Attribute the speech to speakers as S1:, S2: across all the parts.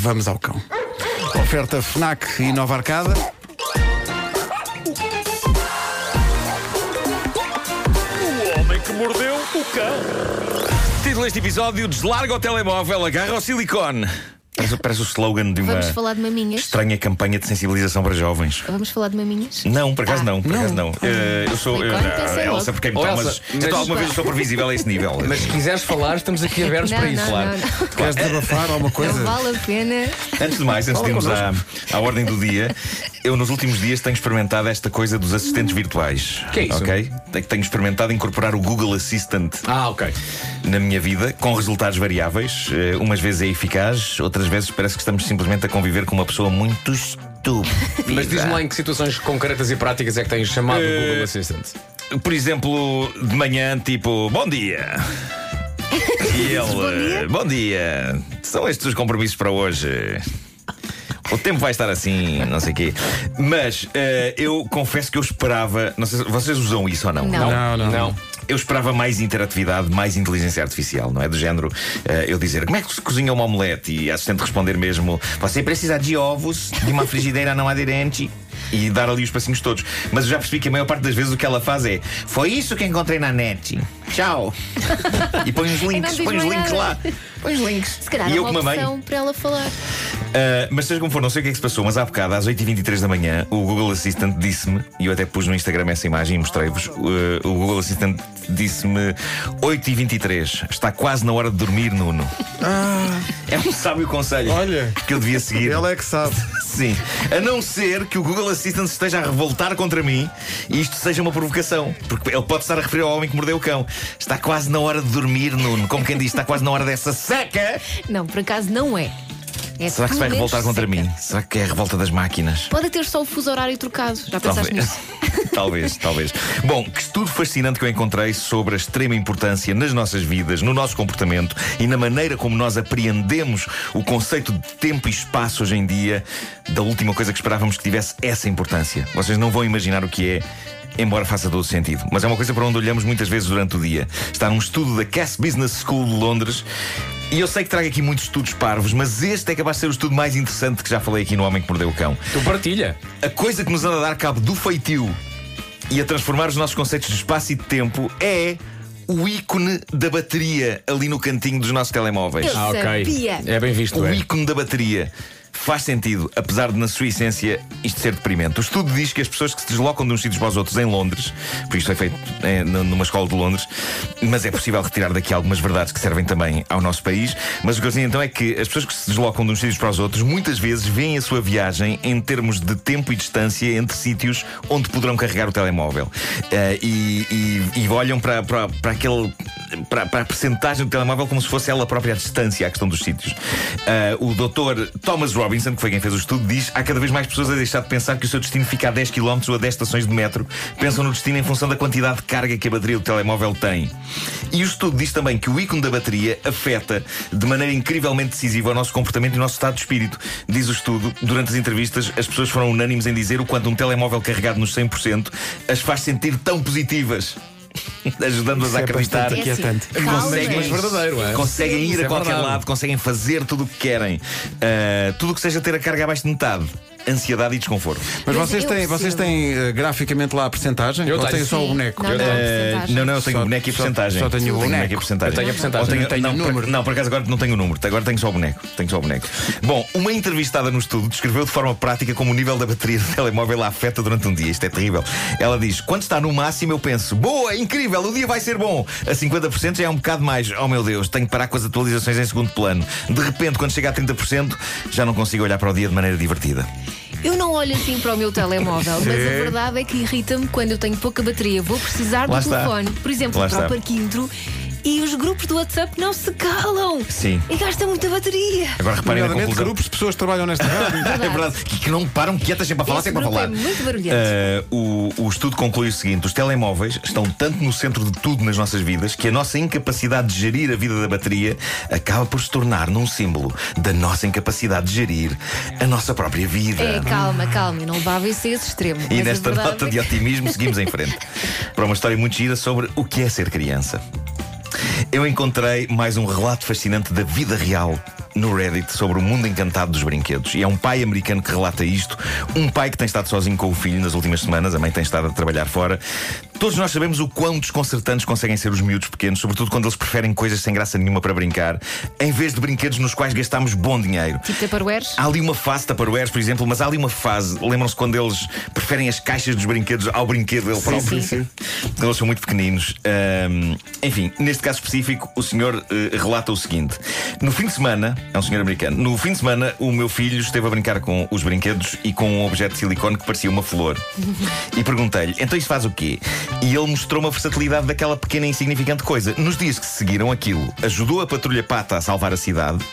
S1: Vamos ao cão. Oferta FNAC e Nova Arcada.
S2: O homem que mordeu o cão.
S3: Título deste episódio: Deslarga o telemóvel, agarra o silicone. Parece, parece o slogan de uma
S4: Vamos falar de maminhas?
S3: estranha campanha de sensibilização para jovens.
S4: Vamos falar de maminhas?
S3: Não, por acaso
S4: Ah.
S3: não, por acaso não. Eh, eu sou.
S4: Silicone, pensei
S3: Elsa,
S4: logo.
S3: porque é
S5: Oh,
S3: muito
S5: Elsa,
S3: mas,
S5: mas-
S3: então alguma vez eu sou previsível a esse nível.
S5: Mas se quiseres falar, estamos aqui abertos
S4: Não,
S5: para
S4: não,
S5: isso.
S4: não, não.
S1: Queres desabafar alguma coisa?
S4: Não vale a pena.
S3: Antes de mais, antes de irmos à, à ordem do dia, eu nos últimos dias tenho experimentado esta coisa dos assistentes virtuais.
S5: Que é isso?
S3: Ok? Tenho- Tenho experimentado incorporar o Google Assistant
S5: Ah, ok.
S3: na minha vida, com resultados variáveis. Eh, umas vezes é eficaz, outras vezes parece que estamos simplesmente a conviver com uma pessoa muito estúpida.
S5: Mas diz-me lá em que situações concretas e práticas é que tens chamado o Google Assistant.
S3: Por exemplo, de manhã, tipo, bom dia. E ele, eh, bom dia. São estes os compromissos para hoje. O tempo vai estar assim, não sei o quê. Mas eh, eu confesso que eu esperava. Não sei se vocês usam isso ou não.
S4: Não.
S1: Não, não.
S5: Não.
S3: Eu esperava mais interatividade, mais inteligência artificial, não é? Do género eh, eu dizer como é que se cozinha uma omelete e a assistente responder mesmo: você precisa de ovos, de uma frigideira não aderente. E dar ali os passinhos todos. Mas eu já percebi que a maior parte das vezes o que ela faz é Foi isso que encontrei na net. Tchau. e põe os links,
S4: diz
S3: põe os
S4: mais
S3: links lá.
S4: nada.
S3: Põe os links.
S4: Se calhar
S3: e
S4: há
S3: eu
S4: uma
S3: que mamei.
S4: opção para ela falar.
S3: Uh, mas seja como for, não sei o que é que se passou, mas há bocado, às 8h23 da manhã, o Google Assistant disse-me, e eu até pus no Instagram essa imagem e mostrei-vos, uh, o Google Assistant disse-me 8h23, está quase na hora de dormir, Nuno. É um sábio conselho
S1: Ah. Olha.
S3: que eu devia seguir.
S1: Ele é que sabe.
S3: Sim. A não ser que o Google Assistant esteja a revoltar contra mim e isto seja uma provocação. Porque ele pode estar a referir ao homem que mordeu o cão. Está quase na hora de dormir, Nuno. Como quem diz, está quase na hora dessa seca.
S4: Não, por acaso não é. É
S3: Será que se vai
S4: pelo menos
S3: revoltar contra
S4: seca.
S3: mim? Será que é a revolta das máquinas?
S4: Pode ter só o fuso horário trocado. Já pensaste nisso?
S3: talvez, talvez. Bom, que estudo fascinante que eu encontrei sobre a extrema importância nas nossas vidas, no nosso comportamento e na maneira como nós apreendemos o conceito de tempo e espaço hoje em dia, da última coisa que esperávamos que tivesse essa importância. Vocês não vão imaginar o que é. Embora faça todo sentido, mas é uma coisa para onde olhamos muitas vezes durante o dia. Está num estudo da Cass Business School de Londres e eu sei que trago aqui muitos estudos parvos, mas este é capaz de ser o estudo mais interessante que já falei aqui no Homem que Mordeu o Cão.
S5: Tu partilha.
S3: A coisa que nos anda a dar cabo do feitio e a transformar os nossos conceitos de espaço e de tempo é o ícone da bateria ali no cantinho dos nossos telemóveis.
S4: Eu- Sabia.
S5: É bem visto,
S3: O
S5: é.
S3: ícone da bateria. Faz sentido, apesar de na sua essência isto ser deprimente. O estudo diz que as pessoas que se deslocam de uns sítios para os outros em Londres, por isto é feito eh, n- numa escola de Londres, mas é possível retirar daqui algumas verdades que servem também ao nosso país. Mas o que eu dizia então é que as pessoas que se deslocam de uns sítios para os outros muitas vezes veem a sua viagem em termos de tempo e distância entre sítios onde poderão carregar o telemóvel. Eh, e, e- e olham para, para, para aquele. Para, para a percentagem do telemóvel como se fosse ela própria a distância à questão dos sítios. Ah, o doutor Thomas Robinson, que foi quem fez o estudo, diz há cada vez mais pessoas a deixar de pensar que o seu destino fica a 10 km ou a 10 estações de metro. Pensam no destino em função da quantidade de carga que a bateria do telemóvel tem. E o estudo diz também que o ícone da bateria afeta de maneira incrivelmente decisiva o nosso comportamento e o nosso estado de espírito. Diz o estudo, durante as entrevistas, as pessoas foram unânimes em dizer o quanto um telemóvel carregado nos 100% as faz sentir tão positivas. Ajudando-as
S1: Isso
S3: a
S1: é
S3: acreditar
S1: bastante inquietante.
S4: É assim, calma.
S5: mas verdadeiro, é?
S3: Conseguem ir
S5: Isso
S3: a
S5: é
S3: qualquer
S5: verdade.
S3: lado, conseguem fazer tudo o que querem. Ah, tudo o que seja ter a carga abaixo de metade. Ansiedade e desconforto.
S1: Mas
S4: Mas
S1: vocês
S4: eu
S1: têm,
S4: percebo.
S1: vocês têm eh, graficamente lá a porcentagem?
S5: Eu
S1: Ou
S5: tenho.
S1: têm só o
S4: Sim.
S1: boneco?
S4: Não, não.
S3: Ah,
S4: porcentagem.
S3: não, não, eu tenho
S1: Só-
S3: boneco e
S1: só-
S3: porcentagem.
S1: só tenho o boneco.
S3: e porcentagem.
S5: Eu tenho a porcentagem.
S3: Ou
S1: Não tenho
S3: não,
S1: o
S3: por-
S1: número.
S3: não, por acaso agora não tenho o número. Agora tenho só o boneco. Tenho só o boneco. Bom, uma entrevistada no estudo descreveu de forma prática como o nível da bateria do telemóvel a afeta durante um dia. Isto é terrível. Ela diz: quando está no máximo, eu penso, boa, incrível, o dia vai ser bom. A 50% já é um bocado mais. Oh meu Deus, tenho que parar com as atualizações em segundo plano. De repente, quando chega a 30%, já não consigo olhar para o dia de maneira divertida.
S4: Eu não olho assim para o meu telemóvel, mas a verdade é que irrita-me quando eu tenho pouca bateria. Vou precisar
S3: Lá
S4: do
S3: está.
S4: telefone, por exemplo,
S3: Lá
S4: para o
S3: está.
S4: parquímetro. E os grupos do WhatsApp não se calam.
S3: Sim.
S4: E gastam muita bateria.
S3: Agora reparem na
S1: Nomeadamente
S3: conclusão.
S1: grupos de pessoas que trabalham nesta rádio.
S3: É verdade. Que, que não param quietas sempre a falar,
S4: Esse
S3: sempre a
S4: grupo
S3: falar.
S4: é muito barulhento.
S3: Ah, o, o estudo conclui o seguinte: os telemóveis estão tanto no centro de tudo nas nossas vidas que a nossa incapacidade de gerir a vida da bateria acaba por se tornar num símbolo da nossa incapacidade de gerir a nossa própria vida.
S4: É, calma, calma, eu não levava isso a é esse extremo.
S3: E
S4: mas a
S3: nesta
S4: verdade
S3: nota
S4: é
S3: de
S4: que-
S3: otimismo seguimos em frente para uma história muito gira sobre o que é ser criança. Eu encontrei mais um relato fascinante da vida real no Reddit sobre o mundo encantado dos brinquedos. E é um pai americano que relata isto. Um pai que tem estado sozinho com o filho nas últimas semanas, a mãe tem estado a trabalhar fora. Todos nós sabemos o quão desconcertantes conseguem ser os miúdos pequenos, sobretudo quando eles preferem coisas sem graça nenhuma para brincar, em vez de brinquedos nos quais gastamos bom dinheiro.
S4: Tipo Tupperwares?
S3: Há ali uma fase Tupperwares, por exemplo, mas há ali uma fase. Lembram-se quando eles preferem as caixas dos brinquedos ao brinquedo ele próprio?
S4: sim.
S3: Quando eles são muito pequeninos. Ahm, enfim, neste caso específico, o senhor eh, relata o seguinte: No fim de semana, é um senhor americano, no fim de semana, o meu filho esteve a brincar com os brinquedos e com um objeto de silicone que parecia uma flor. e perguntei-lhe: então isso faz o quê? E ele mostrou-me a versatilidade daquela pequena e insignificante coisa. Nos dias que se seguiram aquilo, ajudou a patrulha pata a salvar a cidade,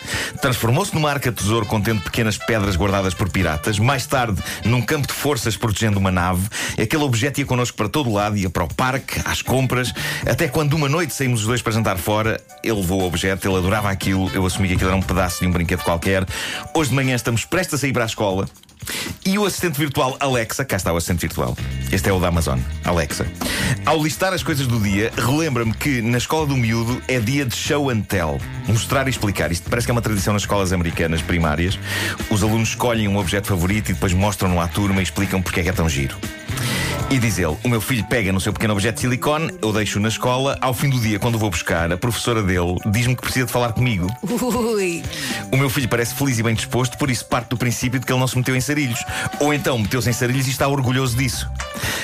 S3: transformou-se numa arca tesouro contendo pequenas pedras guardadas por piratas, mais tarde num campo de forças protegendo uma nave. Aquele objeto ia connosco para todo lado, ia para o parque, às compras, até quando uma noite saímos os dois para jantar fora, ele levou o objeto, ele adorava aquilo, eu assumi que aquilo era um pedaço de um brinquedo qualquer. Hoje de manhã estamos prestes a sair para a escola. E o assistente virtual Alexa, cá está o assistente virtual. Este é o da Amazon, Alexa. Ao listar as coisas do dia, relembra-me que na escola do miúdo é dia de show and tell. Mostrar e explicar. Isto parece que é uma tradição nas escolas americanas primárias. Os alunos escolhem um objeto favorito e depois mostram-no à turma e explicam porque é que é tão giro. E diz ele: O meu filho pega no seu pequeno objeto de silicone, eu deixo na escola. Ao fim do dia, quando vou buscar, a professora dele diz-me que precisa de falar comigo.
S4: Ui!
S3: O meu filho parece feliz e bem disposto, por isso parte do princípio de que ele não se meteu em sarilhos. Ou então meteu-se em sarilhos e está orgulhoso disso.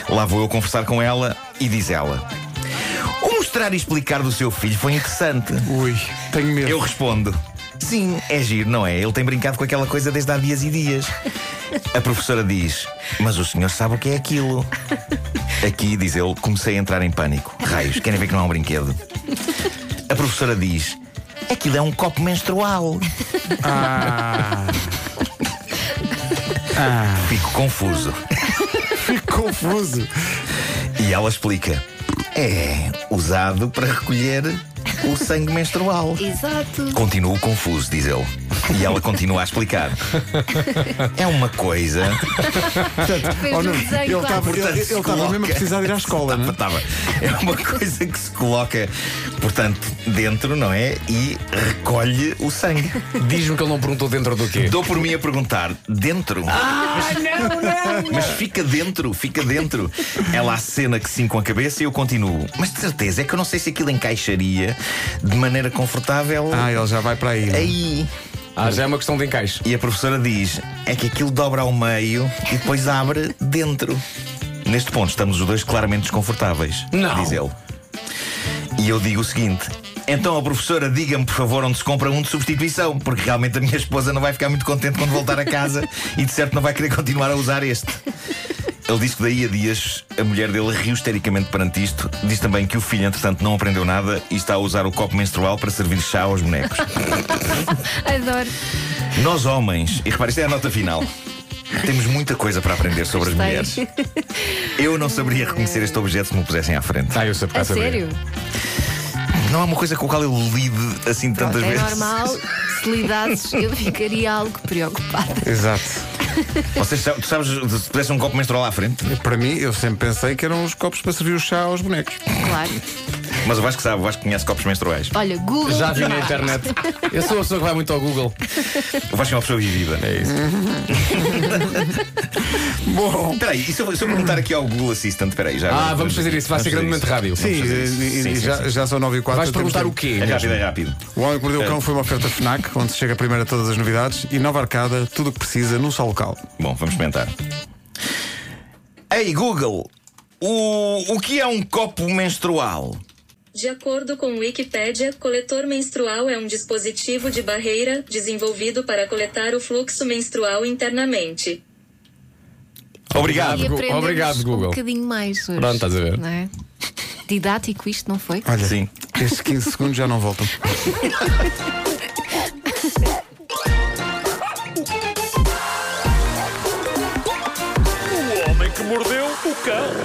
S3: Lá vou eu conversar com ela e diz ela: O mostrar e explicar do seu filho foi interessante.
S1: Ui, tenho medo.
S3: Eu respondo: Sim, é giro, não é? Ele tem brincado com aquela coisa desde há dias e dias. A professora diz: Mas o senhor sabe o que é aquilo? Aqui, diz ele, comecei a entrar em pânico. Raios, querem ver que não é um brinquedo? A professora diz: Aquilo é um copo menstrual. Fico confuso.
S1: Fico confuso.
S3: E ela explica: É usado para recolher o sangue menstrual.
S4: Exato!
S3: Continuo confuso, diz ele. E ela continua a explicar. É uma coisa. tipo,
S4: Fez
S1: Oh,
S4: um
S1: não,
S4: desenho,
S1: ele
S4: claro.
S1: estava ele- ele
S3: se
S1: estava mesmo a
S3: coloca-
S1: precisar ir à escola, não é?
S3: Estava, estava. É uma coisa que se coloca, portanto, dentro, não é? E recolhe o sangue.
S5: Diz-me que ele não perguntou dentro do quê?
S3: Dou por mim a perguntar: dentro? Ah, não, não! Mas fica dentro, fica dentro. Ela acena que sim com a cabeça e eu continuo. Mas de certeza, é que eu não sei se aquilo encaixaria de maneira confortável.
S1: Ah, ele já vai para aí. não é?
S3: Aí.
S5: Ah, já é uma questão de encaixe.
S3: E a professora diz: é que aquilo dobra ao meio e depois abre dentro. Neste ponto, estamos os dois claramente desconfortáveis,
S5: Não.
S3: diz ele. E eu digo o seguinte: então a professora, diga-me por favor onde se compra um de substituição, porque realmente a minha esposa não vai ficar muito contente quando voltar a casa e de certo não vai querer continuar a usar este. Ele diz que daí a dias a mulher dele riu histericamente perante isto. Diz também que o filho, entretanto, não aprendeu nada e está a usar o copo menstrual para servir chá aos bonecos.
S4: Adoro!
S3: Nós homens, e repare, isto é a nota final. Temos muita coisa para aprender sobre as
S4: Gostei.
S3: mulheres. Eu não saberia reconhecer este objeto se me o pusessem à frente.
S4: Tá.
S5: Ah, eu sei porque
S4: A
S5: está saber.
S4: sério?
S3: Não é uma coisa com a qual eu lido assim
S4: Pronto,
S3: tantas
S4: é
S3: vezes.
S4: normal, se lidasses, eu ficaria algo preocupada.
S1: Exato.
S3: Vocês sa- tu sabes se pudesse um copo menstrual à frente?
S1: Para mim, eu sempre pensei que eram os copos para servir o chá aos bonecos.
S4: Claro.
S3: Mas o Vasco sabe, o Vasco conhece copos menstruais.
S4: Olha, Google.
S5: Já vi na internet. Eu sou a pessoa que vai muito ao Google.
S3: O Vasco é uma pessoa vivida.
S5: É isso.
S1: Bom.
S3: Espera aí, e se eu, se eu perguntar aqui ao Google Assistant? Espera aí, já.
S5: Ah, vamos fazer isso. Vai ser grandemente rádio.
S1: Sim,
S3: fazer
S1: e-
S3: isso.
S1: e-
S3: Sim, sim,
S1: já,
S3: sim.
S1: já são 9 e 4.
S5: Vais perguntar o quê?
S3: É rápido,
S5: mesmo?
S3: é rápido.
S1: O Homem que Mordeu o Cão foi uma oferta FNAC, onde se chega primeiro a todas as novidades e Nova Arcada, tudo o que precisa num só local.
S3: Bom, vamos comentar. Ei, Google, o, o que é um copo menstrual?
S6: De acordo com Wikipédia, coletor menstrual é um dispositivo de barreira desenvolvido para coletar o fluxo menstrual internamente.
S4: E
S3: Obrigado.
S4: aprendemos
S5: Obrigado, Google.
S4: Um bocadinho mais hoje.
S5: Pronto, estás a ver.
S4: Não é? Didático isto, não foi?
S1: Olha,
S3: Sim.
S1: estes 15 segundos já não voltam.
S2: O homem que mordeu o cão.